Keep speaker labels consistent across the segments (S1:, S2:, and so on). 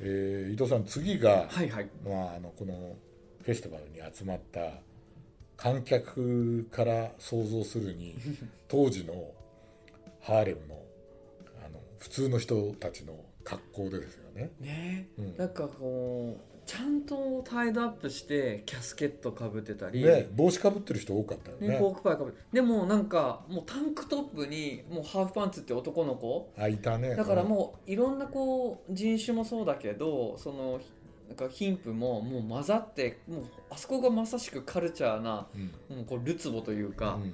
S1: えー伊藤さん次が、
S2: はいはい
S1: まあ、あのこのフェスティバルに集まった観客から想像する に当時のハーレムのあの普通の人たちの格好でですよね。
S2: ね、
S1: うん
S2: なんかこうちゃんとタイドアップしてキャスケットかぶってたり、
S1: ね帽子かぶってる人多かったよ
S2: ね
S1: ね
S2: ポ。ークパイかぶってでもなんかもうタンクトップにもうハーフパンツって男の子
S1: あいたね。
S2: だからもういろんなこう人種もそうだけどそのなんか貧富ももう混ざってもうあそこがまさしくカルチャーな
S1: うん、
S2: もうこうルツボというか、
S1: うん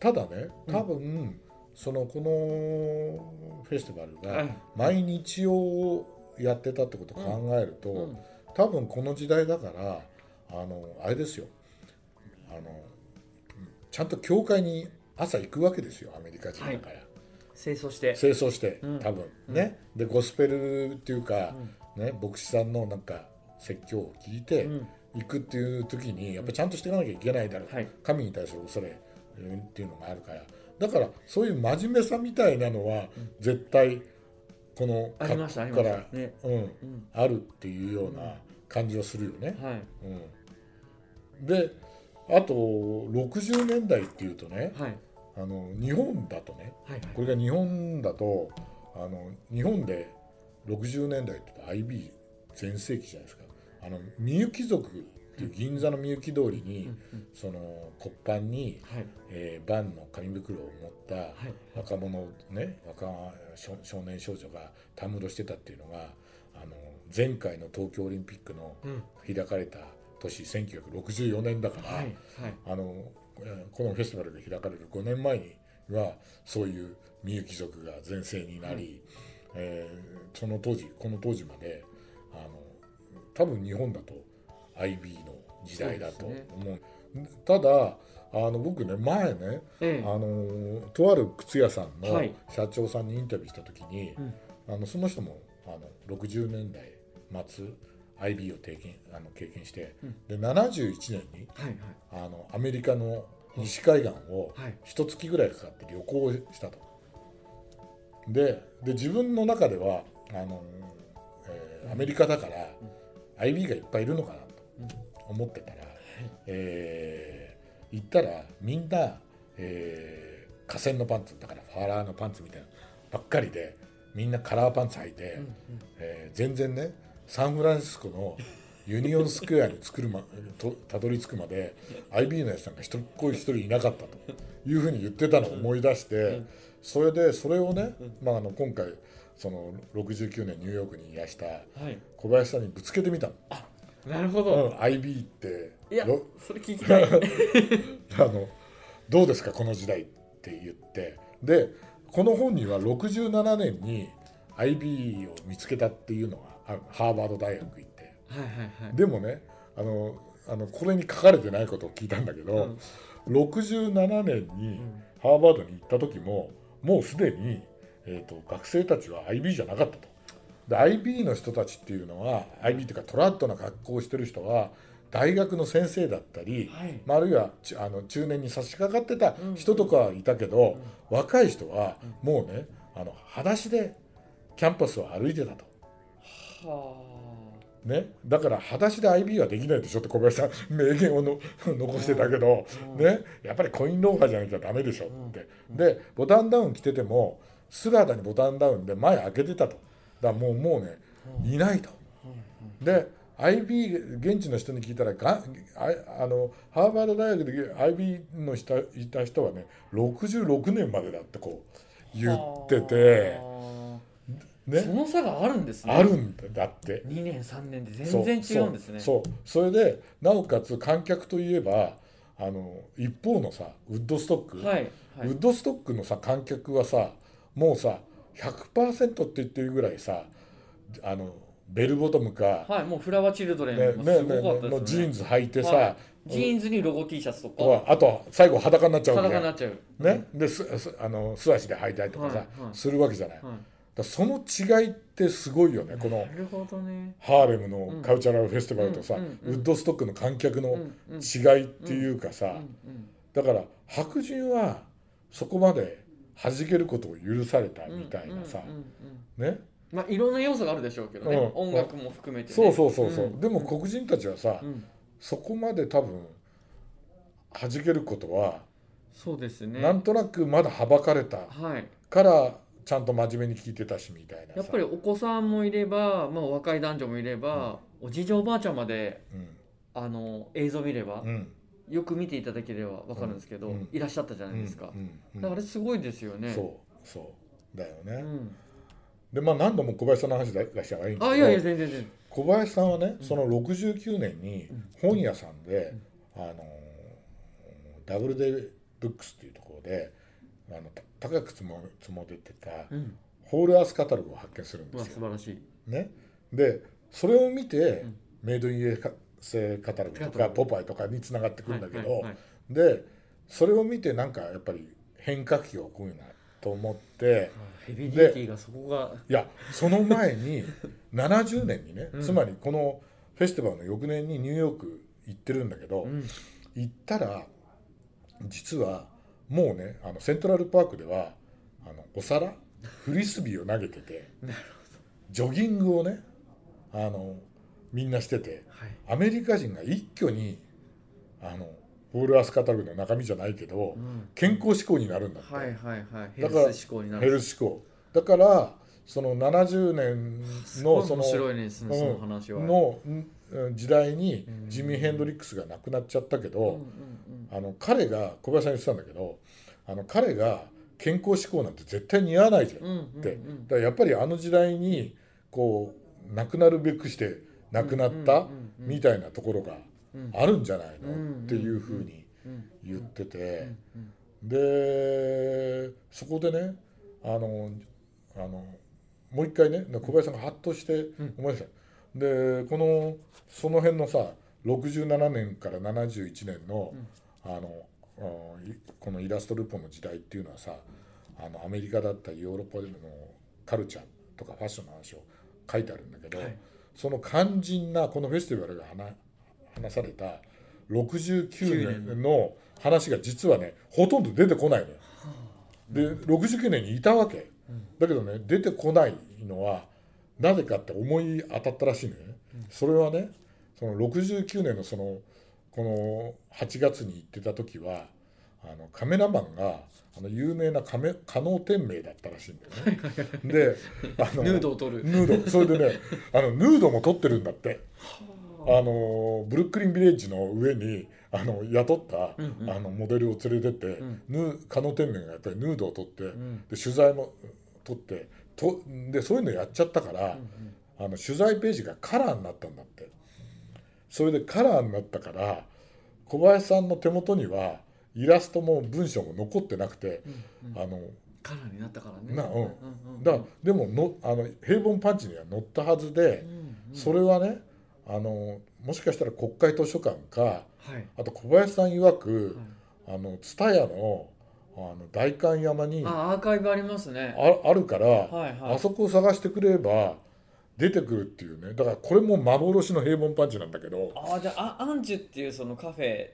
S1: ただね多分、そのこのフェスティバル
S2: は
S1: が
S2: い
S1: 毎日をやってたってことを考えると、
S2: うん
S1: 多分この時代だからあのあれですよあのちゃんと教会に朝行くわけですよアメリカ人だから、
S2: 清掃して、
S1: 清掃して
S2: うん
S1: 多分、ねでゴスペルっていう
S2: う
S1: か、
S2: ん
S1: ね、牧師さんのなんか説教を聞いて
S2: うん
S1: 行くっていう時にやっぱちゃんとしていかなきゃいけないだろう、
S2: はい
S1: 神に対する恐れうんっていうのがあるからだからそういう真面目さみたいなのは絶対この
S2: ありましたあり
S1: 格
S2: ま
S1: 好
S2: し
S1: か
S2: た
S1: ら、
S2: ね、
S1: うん、
S2: うん、
S1: あるっていうような感じはするよね。
S2: はい
S1: うん、であと60年代っていうとね
S2: はい
S1: あの日本だとね
S2: はい
S1: これが日本だとあの日本で60年代って言うと IB 全盛期じゃないですかあのみゆき族っていう銀座のみゆき通りに、
S2: うんうん
S1: その骨板に、
S2: はい
S1: えー、バンの紙袋を持った
S2: はい
S1: 若者ね若少少年少女がたむろしてたっていうのがあの前回の東京オリンピックの
S2: うん
S1: 開かれた年1964年だから、
S2: はいはい
S1: あのえーこのフェスティバルが開かれる5年前にはそういうみゆき族が全盛になり、えーその当時この当時まであの多分日本だと IB の時代だと
S2: そう
S1: 思
S2: です
S1: うただあの僕ね前ねあ
S2: ええ
S1: のーとある靴屋さんの
S2: はい
S1: 社長さんにインタビューした時に、
S2: うん
S1: あのその人もあの60年代末 IB を経験あの経験して、で71年に
S2: はいはい
S1: あのアメリカの西海岸を
S2: はい
S1: 一月ぐらいかかって旅行をしたと。でで自分の中ではあの、えーアメリカだから、IB がいっぱいいるのかなと思ってたら、えー行ったらみんな、えー河川のパンツだからファーラーのパンツみたいなばっかりでみんなカラーパンツ履いて、えー全然ねサンフランシスコのユニオンスクエアに作る、ま、とたどり着くまで IB のやつなんか一人っ子一人いなかったというふうに言ってたのを思い出してそれでそれをね、まあ、あの今回その69年ニューヨークにいらした
S2: はい
S1: 小林さんにぶつけてみたの、
S2: なるほ
S1: う
S2: ど、
S1: ん IB って
S2: いや
S1: よ
S2: それ聞き たい
S1: あのどうですかこの時代って言ってでこの本には67年に IB を見つけたっていうのがあるハーバード大学行って
S2: はいはいはい。
S1: でもねあのあのこれに書かれてないことを聞いたんだけど、67年にハーバードに行った時ももうすでに、えー、と学生たちは IB じゃなかったと。で IB の人たちっていうのは IB っていうかトラッドな格好をしてる人は大学の先生だったり、
S2: はい
S1: まあ、あるいはちあの中年に差し掛かってた人とかはいたけど、若い人はもうねあの裸足でキャンパスを歩いてたと。
S2: は
S1: ね、だから裸足で IB はできないでしょって小林さん名言をの残してたけど、ね、やっぱりコインローファーじゃなきゃダメでしょって、でボタンダウン着てても姿にボタンダウンで前開けてたとだからもうもうねいないと。で IB 現地の人に聞いたらがああのハーバード大学で IB の人いた人はね66年までだってこう言ってて、
S2: はあそ
S1: ね、
S2: の差があるんですね。
S1: あるんだって。
S2: 2年3年で全然違うんですね。
S1: そうそうそうそれでなおかつ観客といえばあの一方のさウッドストック、
S2: はいはい
S1: ウッドストックのさ観客はさもうさ100%って言ってるぐらいさあのベルボトムか、
S2: はいもうフラワーチルドレ
S1: ねね
S2: ンも
S1: ね
S2: すごかったですよね。
S1: のジーンズ履いてさ、
S2: はいジーンズにロゴ T シャツと
S1: と
S2: か
S1: かあと最後裸になっちゃうわけじ
S2: 裸
S1: ゃ
S2: に
S1: ん
S2: なっちゃう。
S1: ね、ですすあの素足で履いたりとかさ、
S2: はいはい
S1: するわけじゃない、
S2: は
S1: だか
S2: い
S1: らその違いってすごいよねこの
S2: なるほどね。
S1: ハーレムのカルチャラルフェスティバルとさ、
S2: うん
S1: ウッドストックの観客の
S2: んうん
S1: 違いっていうかさ、
S2: うんうん
S1: だから白人はそこまで弾けることを許されたみたいなさ、
S2: うんうんうん
S1: ね
S2: まあいろんな要素があるでしょうけどね、
S1: うん
S2: 音楽も含めて、ね、
S1: そうそうそうそう、
S2: ん
S1: でも黒人たちはさ、
S2: うん
S1: そこまで多分弾けることは、
S2: そうですね
S1: なんとなくまだはばかれた
S2: はい
S1: からちゃんと真面目に聞いてたしみたいなさ
S2: やっぱりお子さんもいれば、まあ、若い男女もいれば、おじいちゃんおばあちゃんまで
S1: うん
S2: あの映像見れば、
S1: うん
S2: よく見ていただければ分かるんですけど、
S1: うん
S2: いらっしゃったじゃないですか、
S1: うんうん
S2: だからあれすごいですよね
S1: そうそうだよね、
S2: うん、
S1: でまあ何度も小林さんの話出しちゃえばいいんだ
S2: あ
S1: け
S2: いやいや
S1: ど
S2: 全然全然
S1: 小林さんはね
S2: うん
S1: その69年に本屋さんで、あのーダブルデイブックスっていうところであのた高く積も積もれてた
S2: うん
S1: ホールアースカタログを発見するん
S2: う
S1: で
S2: わ
S1: す
S2: 素
S1: よ。
S2: 晴らしい
S1: ね、でそれを見て、
S2: うん
S1: メイドイン a 製カタログと
S2: カタ
S1: か
S2: ログ
S1: ポパイとかにつながってくるんだけど、
S2: はいはいはい
S1: でそれを見てなんかやっぱり変革期が起こるなと思って
S2: ヘビーデューティーがそこが
S1: いやその前に70年にね、
S2: うん
S1: つまりこのフェスティバルの翌年にニューヨーク行ってるんだけど、
S2: うん
S1: 行ったら実はもうねあのセントラルパークではあのお皿フリスビーを投げててジョギングをねあのみんなしてて
S2: はい
S1: アメリカ人が一挙にあのホールアースカタログの中身じゃないけど、
S2: うん
S1: 健康志向になるんだって、
S2: はいはいはいヘ
S1: だから
S2: ルス思考にな
S1: ヘル
S2: る
S1: ス志向だからその70年
S2: すご
S1: の
S2: い
S1: そ
S2: 面
S1: の
S2: 白いねその
S1: うん
S2: その話は、
S1: のうん時代に
S2: うん
S1: ジミー・ヘンドリックスが亡くなっちゃったけど、
S2: うんうんうん
S1: あの彼が小林さん言ってたんだけどあの彼が健康志向なんて絶対似合わないじゃん、
S2: うんうん
S1: って
S2: うん
S1: だからやっぱりあの時代にこうなくなるべくしてなくなった
S2: うんうんうん
S1: みたいなところが
S2: うん
S1: あるんじゃないの、
S2: うん
S1: っていうふうに
S2: うん
S1: 言ってて、
S2: うん
S1: でそこでねあのあのもう一回ね小林さんがハッとして
S2: ん
S1: 思い出した、でこのその辺のさ67年から71年の,、あのあいこのイラストルポの時代っていうのはさあのアメリカだったりヨーロッパでのカルチャーとかファッションの話を書いてあるんだけど、
S2: はい
S1: その肝心なこのフェスティバルが話話された69年の話が実はねほとんど出てこないのよ。で69年にいたわけだけどね出てこないのはなぜかって思い当たったらしいのよね。それはねその69年のそのこの8月に行ってた時はあのカメラマンがあの有名なカメ加納天明だったらしいんだよね。であの
S2: ヌードを取る
S1: ヌードそれで ねあのヌードも撮ってるんだってあのブルックリンビレッジの上にあの雇った、
S2: うんうん
S1: あのモデルを連れてって、
S2: ん
S1: ヌー加納天明がやっぱりヌードを撮って、
S2: ん
S1: で取材も撮ってとでそういうのやっちゃったから、あの取材ページがカラーになったんだってそれでカラーになったから小林さんの手元にはイラストも文章も残ってなくて、あの
S2: カラーになったからね
S1: なうん
S2: うんうん
S1: だでものあの平凡パンチには載ったはずで
S2: う、んうん
S1: それはねあのもしかしたら国会図書館か
S2: はい
S1: あと小林さん曰く
S2: はい、
S1: あの蔦屋のあの代官山にあ
S2: あアーカイブありますね
S1: あるから、
S2: はいはい
S1: あそこを探してくれれば出てくるっていうねだからこれも幻の平凡パンチなんだけど、
S2: あじゃああアンジュっていうそのカフェ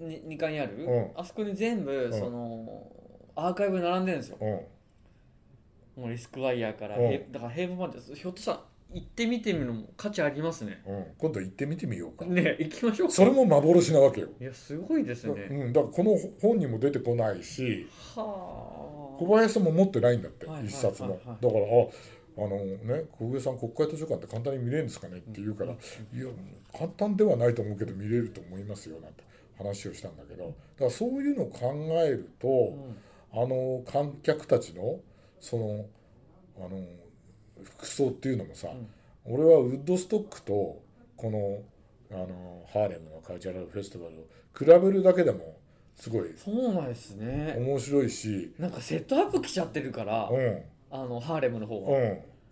S1: うん
S2: に2階にある、
S1: うん
S2: あそこに全部
S1: ん
S2: その、アーカイブ並んでるんですよ
S1: うん、
S2: もうリスクワイヤーから、
S1: うん
S2: へだから平凡までひょっとしたら行ってみてみるのも価値ありますね
S1: うん、今度行ってみてみようか、
S2: ね行きましょうか
S1: それも幻なわけよ、
S2: いやすごいですね、
S1: うん、だからこの本にも出てこないし
S2: は
S1: 小林さんも持ってないんだって、
S2: はい
S1: 一冊も、
S2: はいはい
S1: だからああのね小林さん国会図書館って簡単に見れるんですかねって言うから、いや簡単ではないと思うけど見れると思いますよなんて話をしたんだけどだからそういうのを考えると、
S2: あ、うん
S1: あの観客たちのそのあの服装っていうのもさ、俺はウッドストックとこのあのハーレムのカルチャラルフェスティバルを比べるだけでもすごい
S2: そうなんですね
S1: 面白いし、
S2: なんかセットアップ来ちゃってるから、
S1: うん
S2: あのハーレムの方
S1: う
S2: は、
S1: ん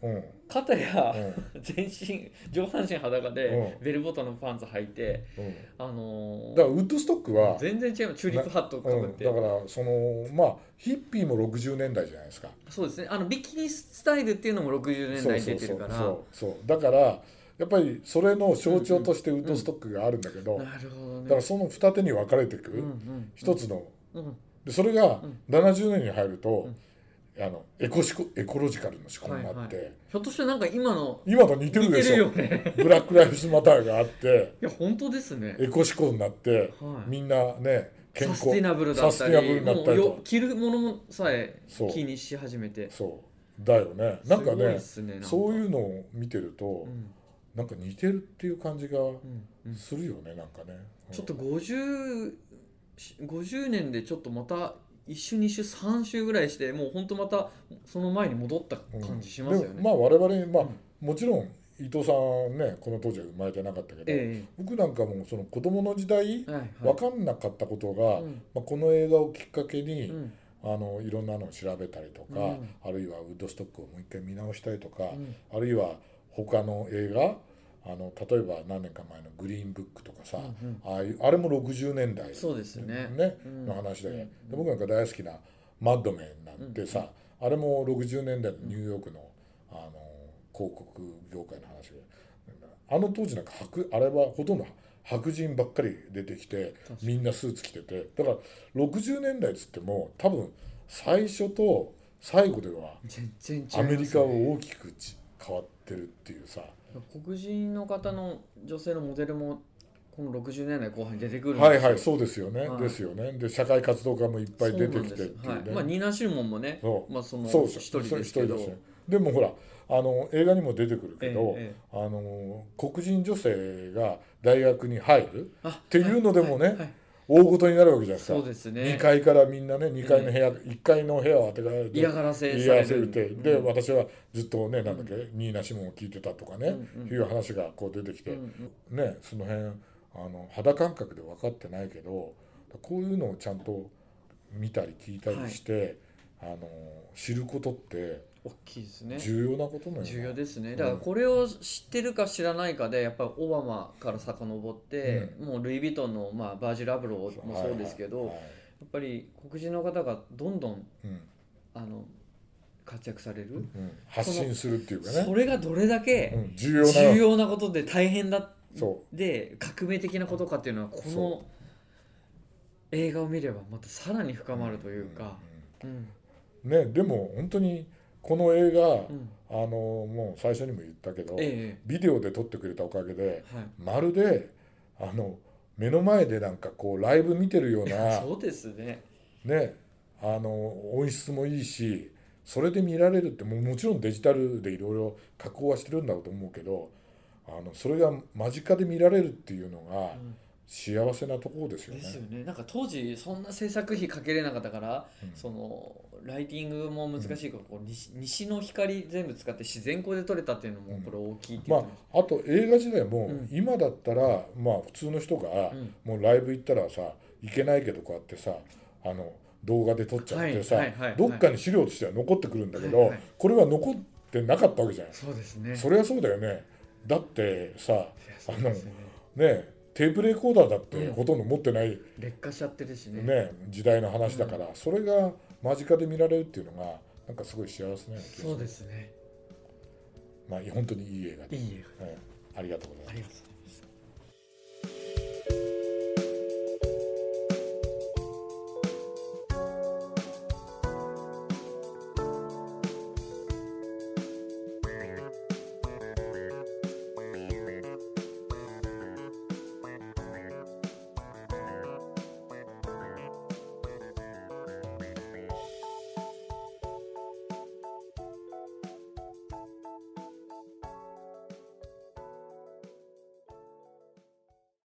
S1: うん
S2: 肩や、
S1: うん
S2: 全身上半身裸で、
S1: う
S2: ベルボトムのパンツ履いて
S1: うん
S2: あのー
S1: だからウッドストックは、
S2: 全然違うチューリップハットか
S1: う
S2: ぶっ
S1: ん、
S2: て、
S1: だからそのまあヒッピーも60年代じゃないですか
S2: そうですねあのビキニスタイルっていうのも60年代に出てるから
S1: そうそうそうそうだからやっぱりそれの象徴としてウッドストックがあるんだけど、だ
S2: なるほどね
S1: からその二手に分かれていく、
S2: うんうん
S1: 一つの
S2: うん
S1: でそれが70年に入ると、
S2: ん
S1: あのエコシコエコロジカルの思考があって、
S2: ひょっとしてなんか今の
S1: 今と似て
S2: 似
S1: る
S2: て
S1: でし
S2: る
S1: ょ
S2: よね
S1: ブラック・ライブズ・マターがあって
S2: いや本当ですね
S1: エコ思考になって、
S2: はい
S1: みんなね健
S2: サ
S1: 康
S2: スティナブルだった
S1: サスティナブル
S2: り
S1: にな
S2: も
S1: った
S2: う
S1: りと
S2: よ着るものもさえ
S1: そう
S2: 気にし始めて
S1: そうだよねなんか
S2: すごい
S1: ね
S2: っすねなんか
S1: そういうのを見てると、
S2: うん
S1: なんか似てるっていう感じが
S2: うんうん
S1: するよねなんかね、うん
S2: ちょっと50し50年でちょっとまた1週2週3週ぐらいしてもう本当またその前に戻った感じしますよ
S1: うんで
S2: ね、
S1: もまあ我々、まあ
S2: うん
S1: もちろん伊藤さんねこの当時は生まれてなかったけど、
S2: え
S1: 僕なんかもうその子供の時代
S2: えはいはい
S1: 分かんなかったことが、
S2: うん
S1: まあ、この映画をきっかけに、
S2: うん
S1: あのいろんなのを調べたりとか、
S2: うん
S1: あるいはウッドストックをもう一回見直したりとか、
S2: うん
S1: あるいは他の映画あの例えば何年か前の「グリーンブック」とかさ、
S2: うんうん
S1: ああいうあれも60年代
S2: そうですねうん
S1: の話で,、
S2: うん
S1: で僕なんか大好きな「マッドメン」なんてさ、あれも60年代のニューヨークの,、あの広告業界の話であの当時なんか白あれはほとんど白人ばっかり出てきて
S2: 確かに
S1: みんなスーツ着ててだから60年代っつっても多分最初と最後では
S2: 全然違います
S1: ア
S2: ね
S1: メリカは大きくち変わってるっていうさ、
S2: 黒人の方の女性のモデルもこの60年代後半に出てくるんですよ
S1: はいはいそうですよね、
S2: はい
S1: ですよねで社会活動家もいっぱい出てきてってい
S2: そうなん
S1: うね、
S2: ですはいまあ、ニーナ・シューモンもね
S1: そう
S2: まあ、その
S1: そう
S2: 一人ですけ
S1: 一
S2: ど
S1: だしねでもほらあの映画にも出てくるけど、
S2: えええ
S1: あの黒人女性が大学に入る
S2: あ
S1: っていうのでもね
S2: はいはい
S1: 大ごとになるわけじゃないですか
S2: そうです
S1: 2
S2: ね
S1: 階からみんなね2階の部屋、一1階の部屋を当てられて
S2: 嫌がらせ
S1: 言い
S2: さ
S1: 合
S2: れ
S1: わせ
S2: る
S1: て、で私はずっとねなんだっけ、ニーナ・シモンを聞いてたとかね、
S2: うんうん
S1: いう話がこう出てきて、
S2: うんうん
S1: ねその辺あの肌感覚で分かってないけどこういうのをちゃんと見たり聞いたりして、あの知ることって
S2: 大きいですね
S1: 重要なことなのよな
S2: 重要ですねだからこれを知ってるか知らないかでやっぱりオバマから遡って、もうルイ・ヴィトンの、まあ、バージル・アブローもそうですけど、
S1: はいはい
S2: や
S1: はい
S2: っぱり黒人の方がどんどん
S1: うん
S2: あの活躍される、
S1: うん、発信するっていうかね
S2: それがどれだ
S1: う
S2: け
S1: ん、重要な
S2: 重要なことで大変だ
S1: そ
S2: で革命的なことかっていうのはこ
S1: そ
S2: の映画を見ればまたさらに深まるというか、うん
S1: うんねでも本当にこの映画、
S2: うん
S1: あのもう最初にも言ったけど、
S2: え
S1: ビデオで撮ってくれたおかげで
S2: えはい
S1: まるであの目の前でなんかこうライブ見てるような
S2: そうですね
S1: ねあの音質もいいしそれで見られるってもうもちろんデジタルでいろいろ加工はしてるんだろうと思うけどあのそれが間近で見られるっていうのが
S2: うん
S1: 幸せなところですよね。
S2: ですよねなんか当時そんな制作費かけれなかったから、
S1: うん
S2: そのライティングも難しいから、こう西西の光全部使って自然光で撮れたっていうのもこれ大きいって
S1: ま
S2: 言っ
S1: あ
S2: てし、
S1: あと映画時代も
S2: うん
S1: 今だったらまあ普通の人が
S2: うん
S1: もうライブ行ったらさ行けないけどこうやってさあの動画で撮っちゃってさ
S2: はいはいはいはい
S1: どっかに資料としては残ってくるんだけ
S2: はい
S1: ど
S2: はい
S1: これは残ってなかったわけじゃない。
S2: そうですね
S1: それはそうだよねだってさ
S2: いや
S1: あ
S2: そう
S1: の
S2: ですよね
S1: ねテープレコーダーだって
S2: うん
S1: ほとんど持ってない、
S2: 劣化しちゃってるしね
S1: ね時代の話だから、それが間近で見られるっていうのがなんかすごい幸せなような気がする
S2: そうですね
S1: まあ本当にいい映画
S2: い
S1: で、
S2: い映
S1: はいありがとうございます
S2: 画ありがとうございます